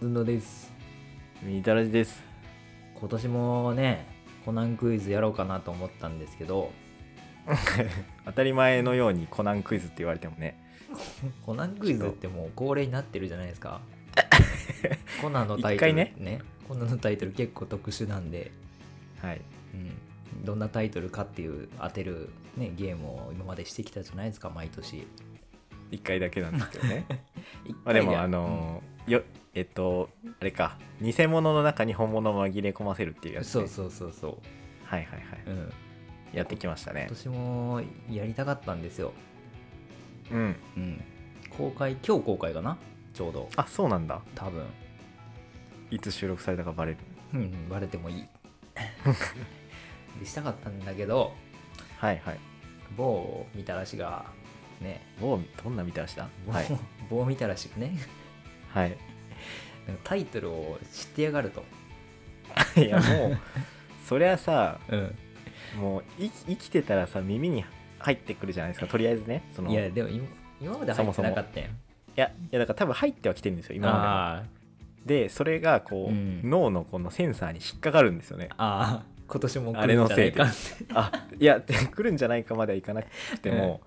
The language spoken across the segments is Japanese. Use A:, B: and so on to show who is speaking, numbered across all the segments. A: ずんどです
B: みたらしです
A: 今年もねコナンクイズやろうかなと思ったんですけど
B: 当たり前のようにコナンクイズって言われてもね
A: コナンクイズってもう恒例になってるじゃないです かコナンのタイ
B: 一
A: トル
B: 回ね
A: コナンのタイトル結構特殊なんで、
B: はい
A: うん、どんなタイトルかっていう当てる、ね、ゲームを今までしてきたじゃないですか毎年
B: 1回だけなんですけど ね
A: 一
B: まあで
A: 回
B: も
A: や
B: あのーよえっとあれか偽物の中に本物を紛れ込ませるってい
A: う
B: うや
A: ん
B: つ、ね、
A: そうそうそうそ、
B: はいはいはいう
A: うん、
B: やってきましたね
A: 今年もやりたかったんですよ、
B: うん
A: うん、公開今日公開かなちょうど
B: あそうなんだ
A: 多分
B: いつ収録されたかバレる
A: うんバレてもいいでしたかったんだけど
B: はいはい
A: 某みたらしがね
B: もうどんなみたらしだ
A: 某,、
B: はい
A: 某みたらしがね
B: はい
A: タイトルを知ってやがると、
B: いやもうそりゃさ
A: うん、
B: もうい生きてたらさ耳に入ってくるじゃないですかとりあえずねその
A: いやでも今今まで入ってなかったやん
B: いやいやだから多分入ってはきてるんですよ今までも
A: あ
B: でそれがこう、
A: うん
B: 脳のこのセンサーに引っかかるんですよね
A: ーあー今年も
B: あれのせいで
A: か
B: あいや 来るんじゃないかまではいかなくても、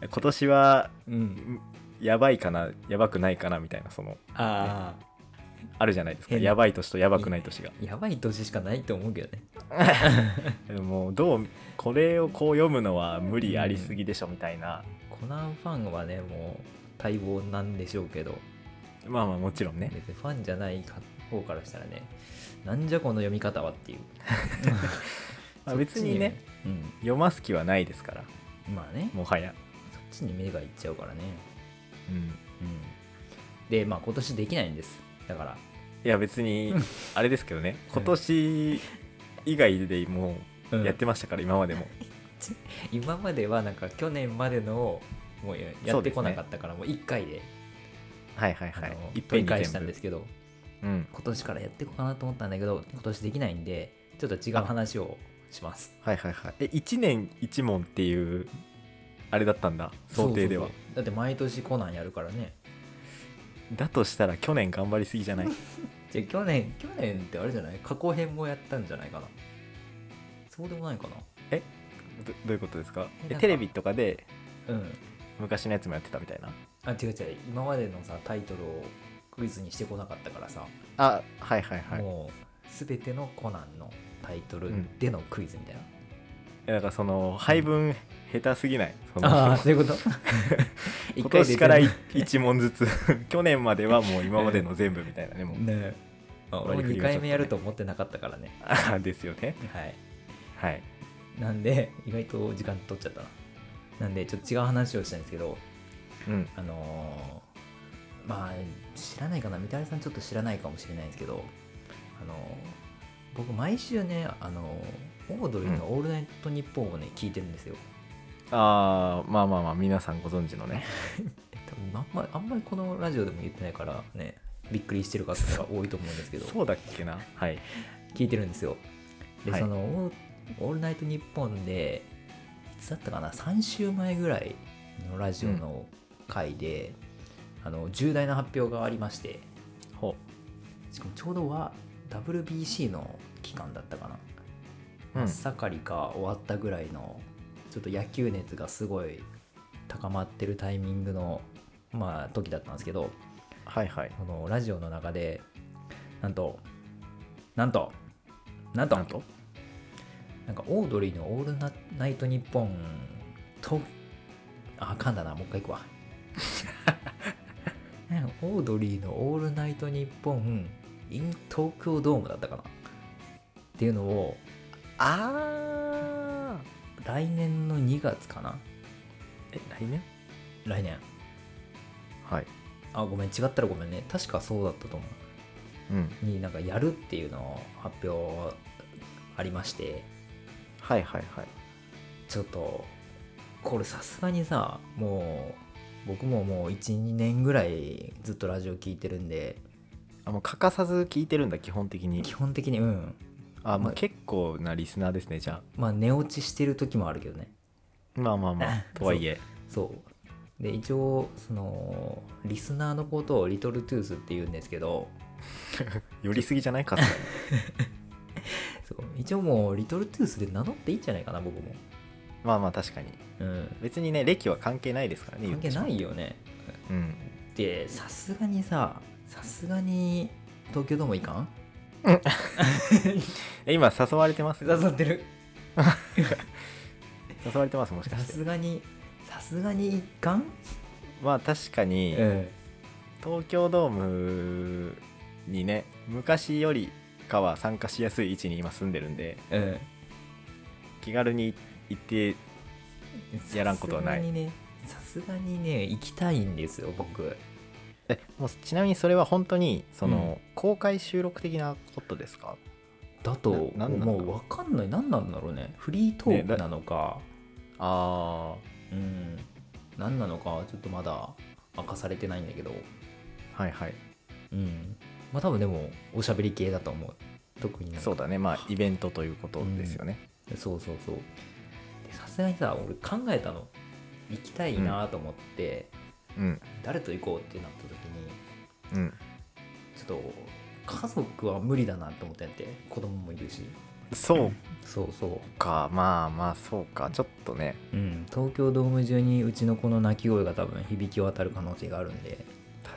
B: 今年は
A: うん
B: やばいかなやばくないかなみたいなその
A: ああ
B: あるじゃないですか
A: 変
B: やばい年とやばくない年が
A: やばい年しかないと思うけどね
B: もうどうこれをこう読むのは無理ありすぎでしょみたいな、
A: コナンファンはねもう待望なんでしょうけど
B: まあまあもちろんね
A: 別にファンじゃない方からしたらねなんじゃこの読み方はっていう
B: まあ別にね
A: そっちにね
B: 読ます気はないですから
A: うんまあね
B: もはや、
A: そっちに目がいっちゃうからね
B: うん、
A: うんでまあ今年できないんですだから
B: いや別 にあれですけどね今年以外でも
A: うん
B: うやってましたから、今までも
A: 今まではなんか去年までのをもうややってこなかったからもう1回で
B: はいはい
A: あ
B: はい
A: の
B: いっぺん
A: 取
B: に
A: り返したん
B: 全部
A: ですけど
B: うん、
A: 今年からやっていこうかなと思ったんだけど今年できないんでちょっと違う話をします
B: はいはいはいえ1年1問っていうあれだったんだ想定では
A: そうそうそうだって毎年コナンやるからね
B: だとしたら去年頑張りすぎじゃない
A: じゃあ去年去年ってあれじゃない過去編もやったんじゃないかなそうでもないか
B: どどういうことですか
A: えなん
B: え
A: か
B: テレビとかで
A: なうん
B: 昔のやつもやってたみたいな
A: あ違う違う今までのさタイトルをクイズにしてこなかったからさ、
B: あはいはいはい
A: もう全てのコナンのタイトルでのクイズみたいな、
B: えだからその配分下手すぎないその
A: ああそういうこと一
B: 今
A: 回で
B: 年から
A: 全
B: 1問ずつ 去年まではもう今までの全部みたいなねもう
A: 部ね
B: あ
A: 俺2回目やると思ってなかったからね
B: あですよね
A: はい
B: はい
A: なんで意外と時間取っちゃったななんでちょっと違う話をしたいんですけど
B: うん
A: あのーまあ知らないかなみたらしさんちょっと知らないかもしれないですけどあのー僕毎週ねあのーオードリーの「オールナイトニッポン」をね聞いてるんですよ、
B: あーまあまあまあ皆さんご存知のね
A: 多分あんまりあんまりこのラジオでも言ってないからねびっくりしてる方が多いと思うんですけど
B: そうだっけなはい
A: 聞いてるんですよで、
B: はい
A: そのオー「オールナイトニッポン」でいつだったかな3週前ぐらいのラジオの回で、あの重大な発表がありまして
B: ほ
A: しかもちょうどは WBC の期間だったかな、
B: う、うん、
A: 真っ盛りか終わったぐらいのちょっと野球熱がすごい高まってるタイミングのまあ時だったんですけど
B: はいはい
A: このラジオの中でなんとなんとなんと
B: なんと
A: なんかオードリーの「オールナイトニッポン」とああかんだなもう一回行くわ オードリーの「オールナイトニッポン」in 東京ドームだったかなっていうのを
B: ああ
A: 来年の2月かな
B: え来年
A: 来年
B: はい
A: あごめん違ったらごめんね確かそうだったと思
B: うん
A: うになんかやるっていうのを発表ありまして
B: はいはいはい
A: ちょっとこれさすがにさもう僕ももう12年ぐらいずっとラジオ聞いてるんで
B: あもう欠かさず聞いてるんだ基本的に
A: 基本的にうん
B: あも
A: は
B: う
A: い
B: 結構なリスナーですねじゃ
A: まあ寝落ちしてる時もあるけどね
B: あまあまあ まあとはいえ
A: そうで一応そのリスナーのことをリトルトゥースって言うんですけど
B: 寄りすぎじゃないかそれ
A: そう一応もうリトルトゥースで名乗っていいんじゃないかな僕も
B: まあまあ確かに
A: うん
B: 別にね歴は関係ないですからね
A: 関係な
B: 言っ
A: い
B: てし
A: よね
B: まううん
A: でさすがにささすがに東京ドームいかん
B: え今誘われてます
A: 誘ってる
B: 誘われてますもしか
A: さ
B: して
A: すがにさすがにいかん
B: まあ確かに、
A: うん
B: 東京ドームにね昔よりかは参加しやすい位置に今住んでるんで
A: うん
B: 気軽に行ってやらんことはな
A: さ
B: い
A: すがにねさすがにね行きたいんですよ僕
B: えもうちなみにそれは本当にその、公開収録的なことですか
A: だと
B: ななんなんだ
A: もう分かんない何なんだろうねフリートークなのか、
B: あ
A: うん何なのかちょっとまだ明かされてないんだけど
B: あはいはい
A: うんまあ多分でもおしゃべり系だと思う特になんか
B: そうだねまあイベントということですよね、
A: そうそうそうでさすがにさ俺考えたの行きたいなと思って、
B: うん
A: 誰と行こうってなった時に
B: うん
A: ちょっと家族は無理だなと思ってんやって子供もいるし
B: そう
A: そうそ
B: かまあまあそうかちょっとね
A: ううん東京ドーム中にうちの子の泣き声が多分響き渡る可能性があるんで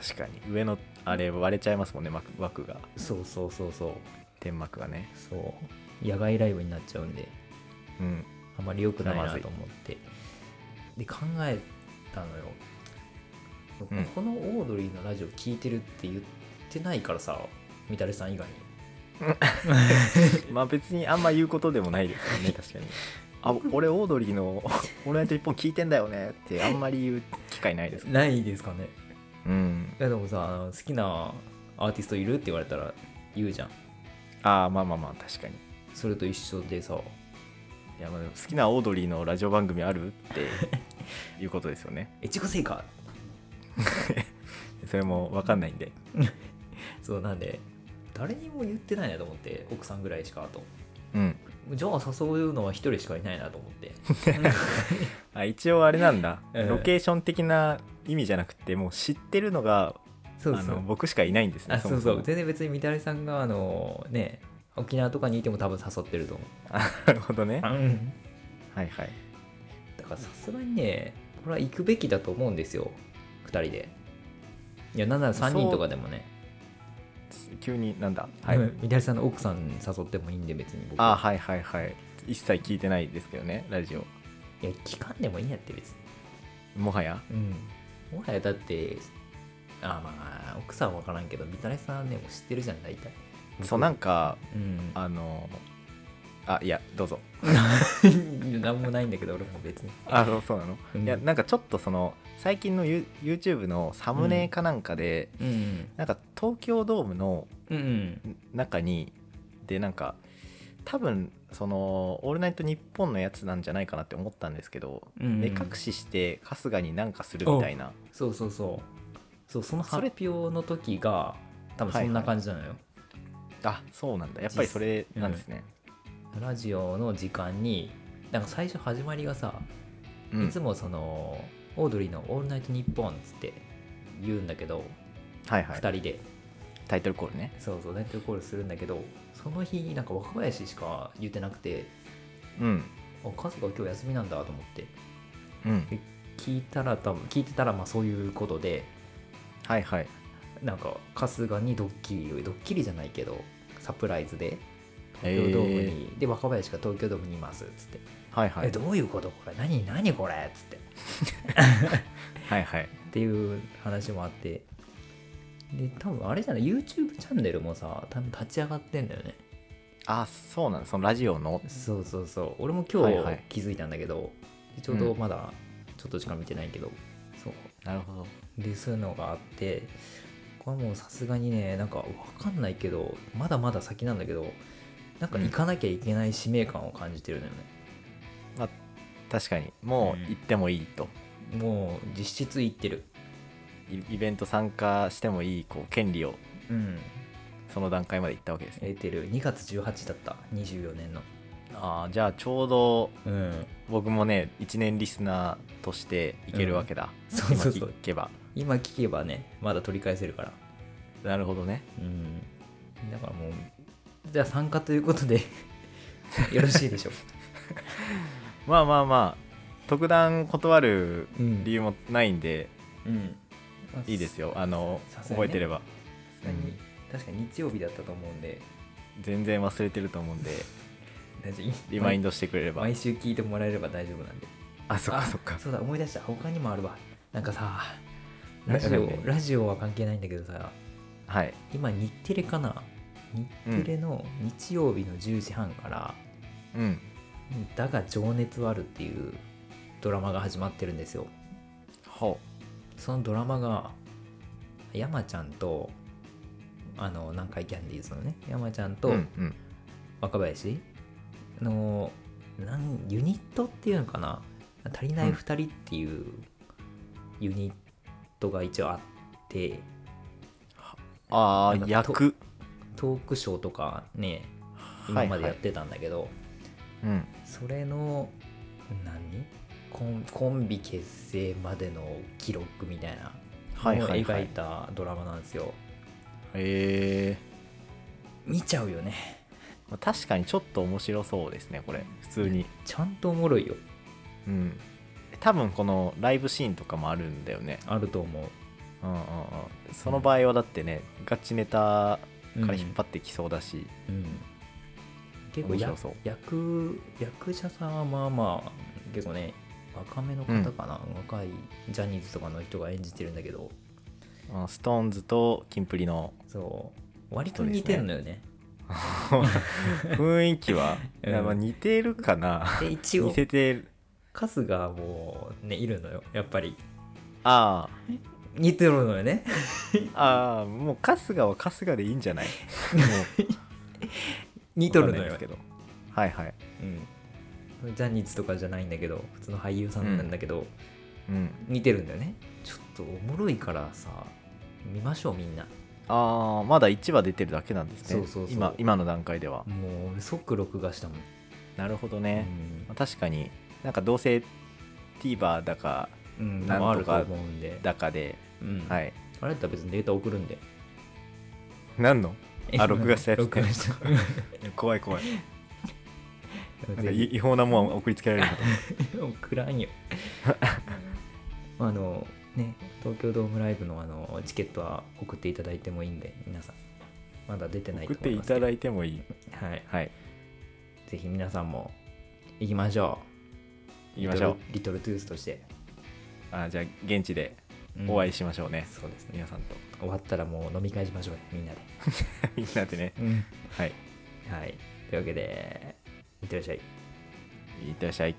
B: 確かに上のあれ割れちゃいますもんね幕枠が
A: そうそうそうそう
B: 天幕がね
A: そう野外ライブになっちゃうんで
B: うん
A: あまり良くない
B: ま
A: な
B: ずい
A: と思ってで考えたのよ、
B: うん
A: このオードリーのラジオ聞いてるって言ってないからさみたれさん以外に
B: まあ別にあんま言うことでもないですよね 確かにあ俺オードリーの「オールナイト日本聞いてんだよね」ってあんまり言う機会ないです
A: ないですかね
B: うん
A: いやでもさあの好きなアーティストいるって言われたら言うじゃん
B: ああまあまあまあ確かに
A: それと一緒でさ
B: いやまあでも好きなオードリーのラジオ番組あるって いうことですよね
A: 「えちごせいか!
B: それも分かんないんで」
A: そうなんで誰にも言ってないなと思って奥さんぐらいしかと
B: うん
A: じゃあ誘うのは一人しかいないなと思って
B: あ一応あれなん だ、
A: ええ
B: ロケーション的な意味じゃなくてもう知ってるのが
A: そうそ
B: あの
A: う
B: 僕しかいないんですね
A: あそうそう
B: もも
A: 全然別にみだれさんがあのね沖縄とかにいても多分誘ってると思
B: あなるほどね
A: う、
B: はいはい
A: だからさすがにねこれは行くべきだと思うんですよ2人でいやなんなら3人とかでもね
B: 急になんだはい、
A: うんみだれさんの奥さん誘ってもいいんで別に僕
B: ああはいはいはい一切聞いてないですけどねラジオ
A: いや聞かんでもいいんやって別に
B: もはや
A: うんもはやだってあまあ奥さんは分からんけどみだれさんねもう知ってるじゃん大体
B: そうなんか
A: うん
B: あのあいやどうぞ
A: 何もないんだけど俺も別に
B: あのそうなの、
A: うん
B: いやなんかちょっとその最近のユ YouTube のサムネかなんかで、
A: うん
B: なんか東京ドームの
A: うんうん
B: 中にでなんか多分その「オールナイトニッポン」のやつなんじゃないかなって思ったんですけど、
A: うん
B: 目隠しして春日になんかするみたいな
A: そうそうそうそうその発
B: それ
A: 表の時が多分そんな感じなのよ、
B: あそうなんだやっぱりそれなんですね、
A: ラジオの時間になんか最初始まりがさ、
B: うん
A: いつもそのオードリーの「オールナイトニッポン」っつって言うんだけど、
B: はいはい
A: 2人で
B: タイトルコールね
A: そうそうタイトルコールするんだけどその日なんか若林しか言ってなくて
B: うん
A: 「あ春日今日休みなんだ」と思って
B: うん
A: 聞いたら多分聞いてたらまあそういうことで
B: はいはい
A: なんか春日にドッキリをドッキリじゃないけどサプライズで東京ドームに、で若林が東京ドームにいますっつって、
B: はいは
A: え
B: い
A: どういうことこれ何何これっつってっ
B: はいはい
A: ていう話もあってで多分あれじゃない YouTube チャンネルもさ多分立ち上がってんだよね
B: あそうなんだそのラジオの
A: そうそうそう俺も今
B: は
A: 日
B: いはい
A: 気づいたんだけど、でちょうど
B: うん
A: まだちょっとしか見てないけど、そう
B: なるほど
A: でそういうのがあってこれはもうさすがにねなんかわかんないけどまだまだ先なんだけどなんか行かなきゃいけない使命感を感じてるのよね、
B: まあ確かにも
A: うん
B: う行ってもいいと、
A: もう実質行ってる
B: イイベント参加してもいいこう権利を
A: うん
B: その段階まで行ったわけですね
A: 得てる2月18だった24年の
B: ああじゃあちょうど
A: うん
B: 僕もね1年リスナーとしていけるわけだ、
A: そうそうそう
B: 今聞けば
A: 今聞けばねまだ取り返せるから
B: なるほどね
A: うん、だからもうじゃあ参加ということで よろしいでしょうか、
B: まあまあまあ特段断る
A: うん
B: 理由もないんで
A: うん、
B: いいですよあの
A: さすがに
B: 覚
A: ね
B: えてれば
A: さすがに確か日曜日だったと思うんで
B: 全然忘れてると思うんで
A: 大丈夫
B: リマイン
A: ド
B: ドしてくれれば
A: 毎週聞いてもらえれば大丈夫なんで
B: あそっかそっか
A: あそうだ思い出した他にもあるわなんかさ
B: な
A: ラジオ
B: なんかね
A: ラジオは関係ないんだけどさ
B: はい
A: 今日テレかな日テレの日曜日の10時半から
B: うん
A: 「だが情熱はある」っていうドラマが始まってるんですよ
B: ほ
A: そのドラマが山ちゃんとあの南海キャンディーズのね山ちゃん
B: う
A: と
B: うんうん
A: 若林のなんユニットっていうのかな足りない2人っていうユニットが一応あって
B: あ
A: な
B: あ
A: んか
B: 役
A: トークショーとかね
B: は
A: 今
B: い
A: までやっ
B: はい
A: てたんだけど、
B: うん
A: それの何コンコンビ結成までの記録みたいな
B: はい
A: のを
B: はいは
A: 描い
B: い
A: たドラマなんですよ、
B: え
A: 見ちゃうよね
B: ー、確かにちょっと面白そうですねこれ普通に
A: ちゃんとおもろいよ
B: うん多分このライブシーンとかもあるんだよね
A: あると思う
B: うんうんうんその場合はだってね、ガチネタ
A: うん
B: から引っ張ってきそうだし、
A: うん結構や
B: 面白そう
A: 役役者さんはまあまあ結構ね若めの方かな、若いジャニーズとかの人が演じてるんだけど
B: うんストーンズとキンプリの
A: そう割と似てんのよね
B: 雰囲気は、
A: うん
B: いやまあ似てるかな
A: で一
B: 似
A: 応
B: せてる
A: 春日もねいるのよやっぱり
B: あ
A: 似てるのよ ね
B: あああもう春日は春日でいいん じゃないもう
A: 似とるの
B: わ
A: よ
B: かんないですけどはいはい
A: うん、ジャニーズとかじゃないんだけど普通の俳優さんなんだけど、
B: うん
A: 似てるんだよねちょっとおもろいからさ見ましょうみんな
B: ああまだ1話出てるだけなんですね
A: そうそうそう
B: 今今の段階では
A: もう俺即録画したもん、
B: なるほどね、
A: うん
B: まあ確かになんかどうせ TVer だか
A: うん、
B: なんとか
A: もあると思うんで、
B: だかで、
A: うん
B: はい
A: あれだったら別にデータ送るんで。
B: 何のあ録画したやつね
A: 録画した。
B: 怖い怖い なんか
A: ぜひ
B: 違法なもん送りつけられるのかと思っ
A: 送らん よ。あの、ね、東京ドームライブのあのチケットは送っていただいてもいいんで、皆さん。まだ出て
B: た
A: ない
B: 送
A: と
B: って
A: 思い
B: い
A: ますけ
B: た
A: ど。
B: だいてもいい
A: はい。
B: はい
A: ぜひ皆さんも行きましょう。
B: 行きましょう
A: リトル。リトルトゥースとして。
B: あじゃあ現地でお会い
A: し、
B: しましょうね、
A: そうですね。
B: 皆さんと
A: 終わったらもう飲み会しましょうよ、みんなで。
B: みんなでねはい
A: はい。というわけで、いってらっしゃい。
B: いってらっしゃい